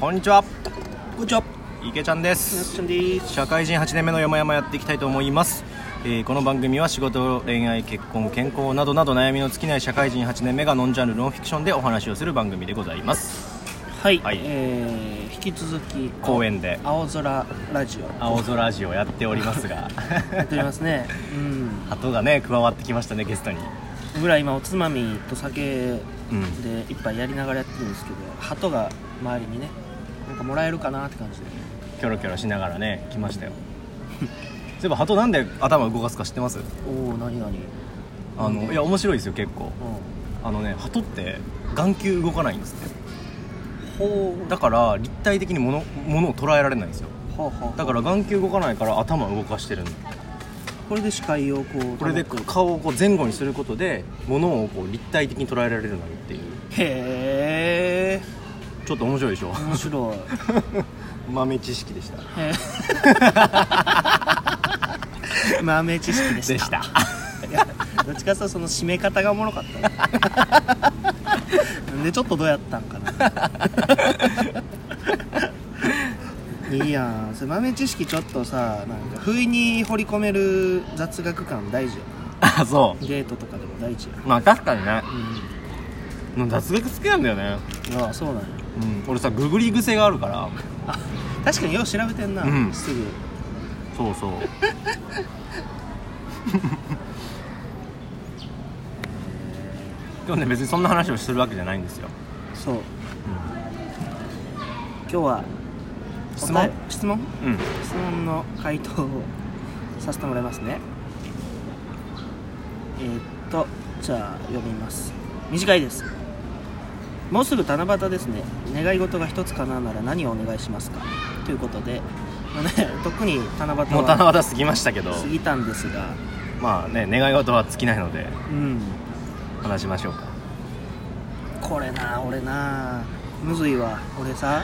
こんにちはこんにちは。池ちゃんですちゃんです。社会人8年目の山々やっていきたいと思います、えーこの番組は仕事恋愛結婚健康などなど悩みの尽きない社会人8年目がノンジャンルノンフィクションでお話をする番組でございますはい、はいえー引き続き公園で青空ラジオ青空ラジオやっておりますが やっておりますね。うん。鳩がね加わってきましたねゲストに僕ら今おつまみと酒でうん一杯やりながらやってるんですけど、鳩が周りにね、なんかもらえるかなって感じで。キョロキョロしながらね来ましたよそういえば鳩なんで頭動かすか知ってますおお、なになに。あうのんいや面白いですよ結構あのね鳩って眼球動かないんですってほう。だから立体的にものものを捉えられないんですよほうほう。だから眼球動かないから頭動かしてるんだこれで視界をこう。これで保つ顔をこう前後にすることでものをこう立体的に捉えられるようになるっていうへえ。ちょっと面白いでしょ面白い。 豆知識でしたへ ー豆知識でしたでしたいや どっちかというとその締め方がおもろかった ななんでち ょっとどうやったんかないいやんそれ豆知識ちょっとさなんか不意に掘り込める雑学感大事よ あそデートとかでも大事ようまあ確かにねう雑学好きなんだよね、んああそうなんやうん、俺さググり癖があるからあ確かによう調べてんな、うんすぐそうそう でもね別にそんな話をするわけじゃないんですよそう、今日は質お問便り質問うん質問の回答をさせてもらいますねえーっとじゃあ読みます短いですもうすぐ七夕ですね願い事が一つ叶うなら何をお願いしますかということで、まあね、 特に七夕もうは七夕過ぎましたけど過ぎたんですがまあね願い事は尽きないのでうん話しましょうかこれな俺なむずいわ俺さ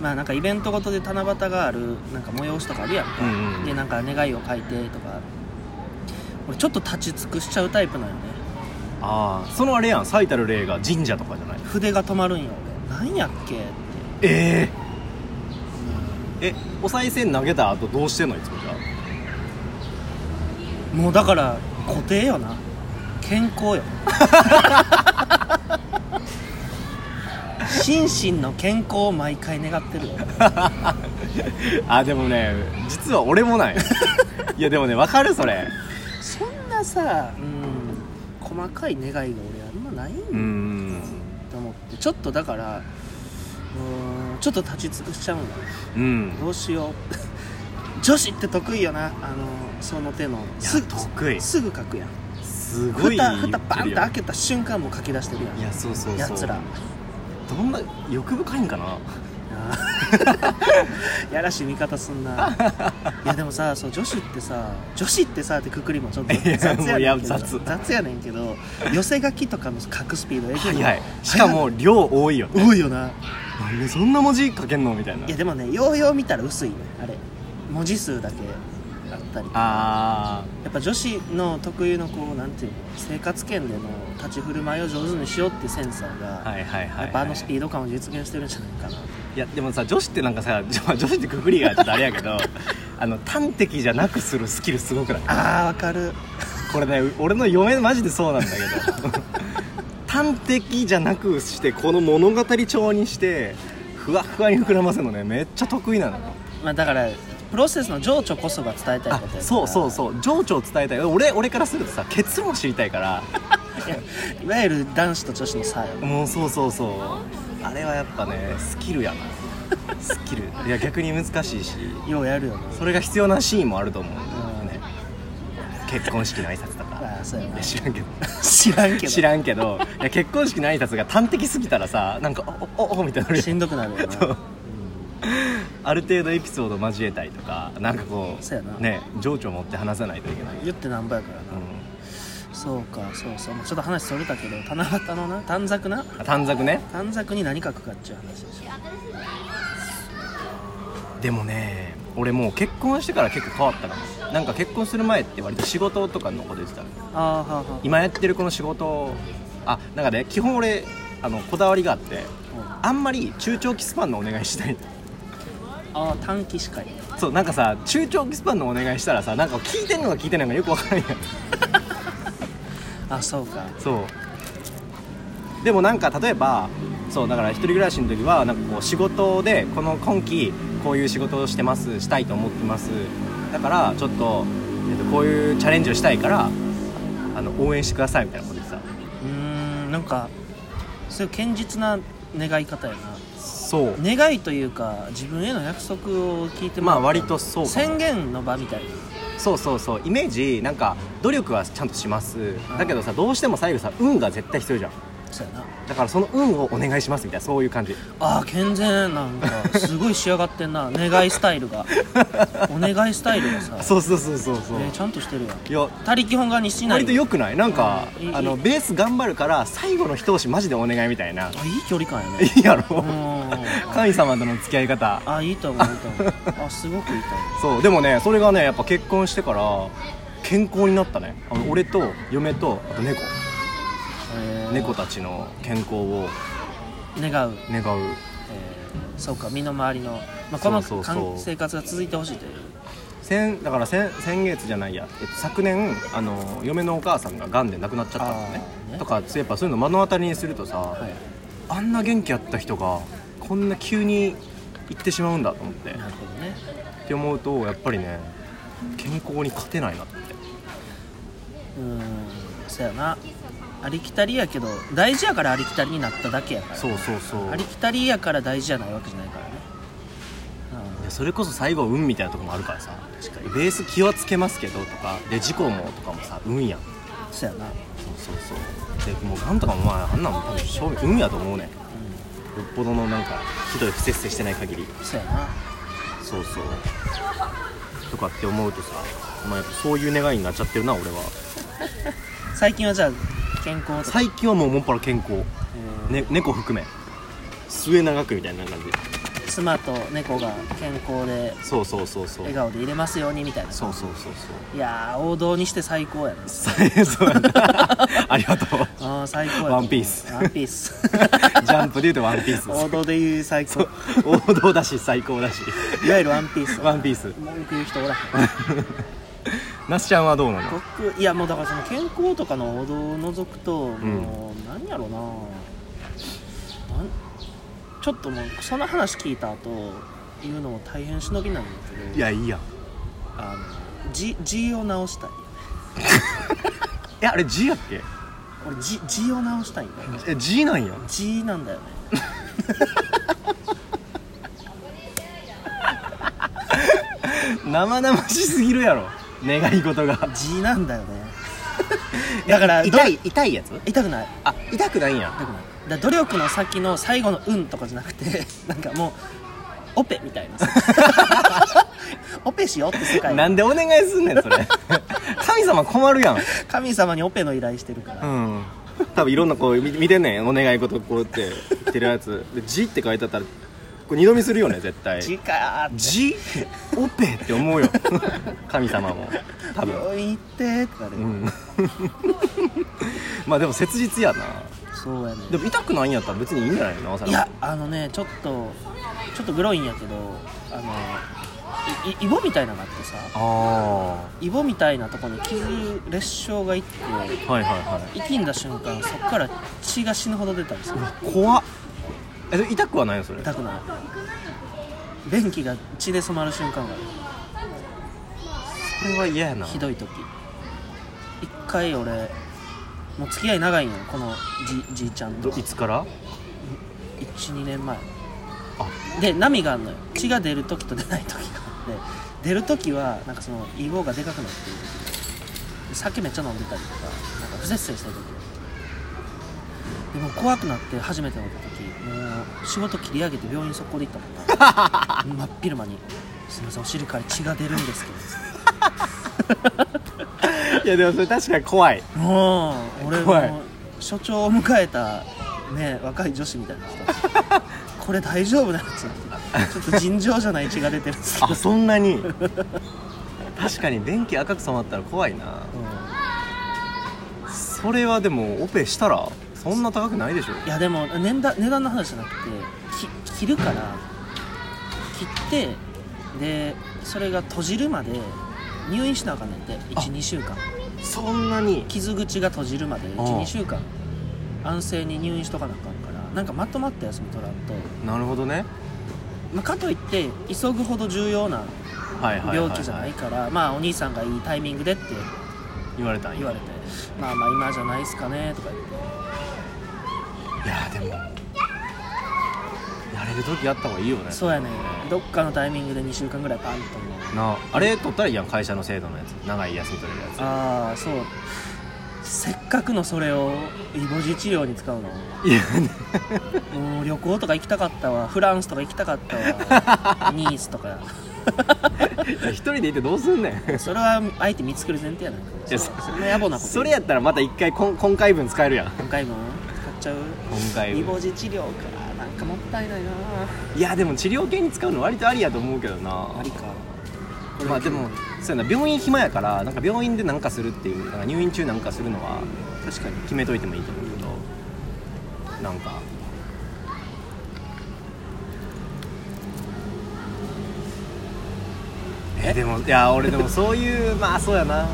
まあなんかイベントごとで七夕があるなんか催しとかあるやんうんうんでなんか願いを書いてとか俺ちょっと立ち尽くしちゃうタイプなんよねああそのあれやん最たる例が神社とかじゃない筆が止まるんよ俺なんやっけってえええお賽銭投げた後どうしてんのいつもじゃもうだから固定よな健康よ心身の健康を毎回願ってるよああでもね実は俺もない いやでもねわかるそれそんなさうん細かい願いが俺あんまないんようんと思ってちょっとだからうーんちょっと立ち尽くしちゃうんだねうんどう しよう女子って得意よなあのその手のすぐ得意すぐ書くやんすごい蓋言ってる蓋よバンって開けた瞬間もう書き出してるやんいやそうそうそう やつらどんな欲深いんかなあーやらしい見方す んないやでもさそう女子ってさ女子ってさってくくりもちょっといや雑もういややねんけど雑雑やねんけど寄せ書きとかの書くスピードえぐはいいよはいしかも量多いよ多いよななんでそんな文字書けんのみたいないやでもねようよう見たら薄いねあれ文字数だけあったりあやっぱ女子の特有のこうなんていうの生活圏での立ち振る舞いを上手にしようっていうセンサーが、あはいはいはい、はい、やっぱあのスピード感を実現してるんじゃないかなといやでもさ女子ってなんかさ じょ女子ってくくりがちょっとあれやけどあの端的じゃなくするスキルすごくないあーわかるこれねう俺の嫁マジでそうなんだけど 端的じゃなくしてこの物語調にしてふわっふわに膨らませるのねめっちゃ得意なのまあだからプロセスの情緒こそが伝えたいあことやそうそううそう情緒を伝えたい俺俺からするとさ結論を知りたいからいわゆる男子と女子の差よもうそうそうそうあれはやっぱねスキルやなスキルいや逆に難しいしようやるよなそれが必要なシーンもあると思うんうんだよね結婚式の挨拶とかああそうやいなや知らんけど知らんけど知らんけどいや結婚式の挨拶が端的すぎたらさなんかおおおおみたいになるしんどくなるよなそう ある程度エピソード交えたりとかなんかこそうやなうね情緒を持って話さないといけない、言ってなんぼやからな、う、そうかそうそう、まあ、ちょっと話それたけど七夕のな短冊なん短冊ね短冊に何書くかっていう話でしょでもね俺もう結婚してから結構変わったかもなんか結婚する前って割と仕事とかのこと言ってたのああはあは今やってるこの仕事あなんかね基本俺あのこだわりがあってああんまり中長期スパンのお願いしない ああ短期しかいそうなんかさ中長期スパンのお願いしたらさなんか聞いてんのか聞いてないのかよくわからんや んあそうかそうでもなんか例えばそうだから一人暮らしの時はなんかこう仕事でこの今期こういう仕事をしてますしたいと思ってますだからちょっと、えっと、こういうチャレンジをしたいからあの応援してくださいみたいなことでさうーんなんかそういう堅実な願い方やなそう、願いというか自分への約束を聞いてもまらあった割とそうかも宣言の場みたいなそうそうそうイメージなんか努力はちゃんとしますだけどさどうしても最後さ運が絶対必要じゃんそうやなだからその運をお願いしますみたいなそういう感じああ健全なんかすごい仕上がってんな 願いスタイルがお願いスタイルがさ そうそうそうそうそう、えーちゃんとしてるやんいや他力本願にしない割と良くないなんか、うんいいあのいいベース頑張るから最後の一押しマジでお願いみたいないあいい距離感やねいやろ、うん神様との付き合い方あいいと思ういいと思うあすごくいいと思そうでもねそれがねやっぱ結婚してから健康になったねあの俺と嫁とあと猫う、 えー猫たちの健康を願う、願うえーそうか身の回りの、まあ、このそうそうそうかん生活が続いてほしいという先だから先先月じゃないや、えっと、昨年あの嫁のお母さんが癌で亡くなっちゃったのねあーねとかやっぱそういうの目の当たりにするとさ、はいあんな元気あった人がこんな急に行ってしまうんだと思ってなるほどねって思うとやっぱりね健康に勝てないなってうーんそやなありきたりやけど大事やからありきたりになっただけやからそうそうそうありきたりやから大事じゃないわけじゃないからねいやそれこそ最後は運みたいなとこもあるからさ確かにベース気はつけますけどとかで事故もとかもさ運やんうんそやな、うん、そうそうそうでもうなんとかもまああんなんも多分勝負運やと思うねよっぽどのなんかひどい不節制してない限りそやなそう そうとかって思うとさまあやっぱそういう願いになっちゃってるな俺は最近はじゃあ健康とか、最近はもうもっぱら健康、うんね、猫含め末永くみたいな感じ妻と猫が健康でそうそうそうそう笑顔で入れますようにみたいなそうそうそうそういやー王道にして最高やな そうや なありがとうあー最高やと思うワンピースワンピ ースジャンプでいうとワンピース王道で言う最高王道だし最高だしいわゆるワンピースワンピース文句言う人おらへんなすちゃんはどうなの僕いやもうだからその健康とかの王道を除くと、もう何やろうななんちょっともうその話聞いた後言うのも大変忍びないんだけどいやいいやんあの字字を直したいえあれ G やっけ俺字字を直したいんだよえ G なんや字なんだよね生々しすぎるやろ願い事が字なんだよね だからえ痛どい痛いやつ痛くないあ痛くないんや痛くないだから努力の先の最後の「運」とかじゃなくて なんかもうオペみたいな さオペしようって世界がなんでお願いすんねんそ れ神様困るやん神様にオペの依頼してるかうら、ん多分いろんなこう見見てんねんお願い事こうやって言ってるやつで G って書いてあったらこれ二度見するよね絶対時間ジオペって思うよ 神様も多分病院行ってってなる、うんまあでも切実やなそうやねでも痛くないんやったら別にいいんじゃないのなおさらいやあのねちょっとちょっとグロいんやけどあのいいイボみたいなのがあってさあイボみたいなとこに傷裂傷がいってあはいはいは息んだ瞬間そこから血が死ぬほど出たりするい怖っえでも痛くはないのそれ痛くない便器が血で染まる瞬間があるそれは嫌やなひどい時一回俺もう付き合い長いんよこのじじいちゃんとどいつから12年前で波があるのよ血が出る時と出ない時があって出る時はなんかそのイボがでかくなってる時で酒めっちゃ飲んでたりとかなんか不節制した時でもう怖くなって初めて飲んだ時もう仕事切り上げて病院そこで行ったもんな真っ昼間に「すみませんお尻から血が出るんですけいやでもそれ確かに怖いど」もう俺怖いもう所長を迎えたね若い女子みたいな人 これ大丈夫なやつちょっと尋常じゃない血が出てるんですけどあそんなに確かに電気赤く染まったら怖いなうんそれはでもオペしたらそそんな高くないでしょいやでも年だ値段の話じゃなくてき切るから切ってでそれが閉じるまで入院しなあかんねんてあ12週間そんなに傷口が閉じるまでああ12週間安静に入院しとかなあかんからなんかまとまった休み取らんと、なるほどねまあ、かといって急ぐほど重要なはいはいはい、はい、病気じゃないから、まあお兄さんがいいタイミングでって言われたんや言われてまあまあ今じゃないっすかねとか言っていやでもやれる時やった方がいいよねそうやねどっかのタイミングで2週間ぐらいパンともうなああれ取ったらいいやん会社の制度のやつ長い休み取れるやああそうせっかくのそれをイボ痔治療に使うのついや もう旅行とか行きたかったわフランスとか行きたかった わニースとか一人で行ってどうすんねんそれは相手見つける前提やないいやそそんな野暮なことそれやったらまた一回こん今回分使えるやん今回も使っちゃう今回イボ分痔治療かなんかもったいないないやでも治療系に使うの割とありやと思うけどなありかまあでもそうやな病院暇やからなんか病院で何かするっていうなんか入院中なんかするのは確かに決めといてもいいと思うけどなんかえでもいや俺でもそういう まあそうやな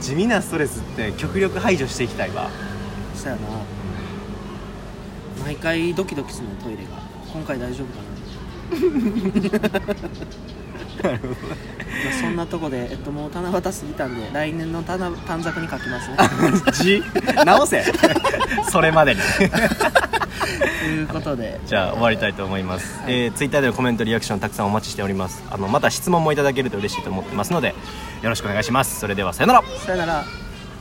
地味なストレスって極力排除していきたいわそやな毎回ドキドキするのトイレが今回大丈夫かなまあそんなとこで、えっと、もう七夕過ぎたんで来年の七短冊に書きますねじ 直せそれまでにということでじゃあ終わりたいと思います、えー、ツイッターでのコメントリアクションたくさんお待ちしておりますあのまた質問もいただけると嬉しいと思ってますのでよろしくお願いしますそれではさよならさよなら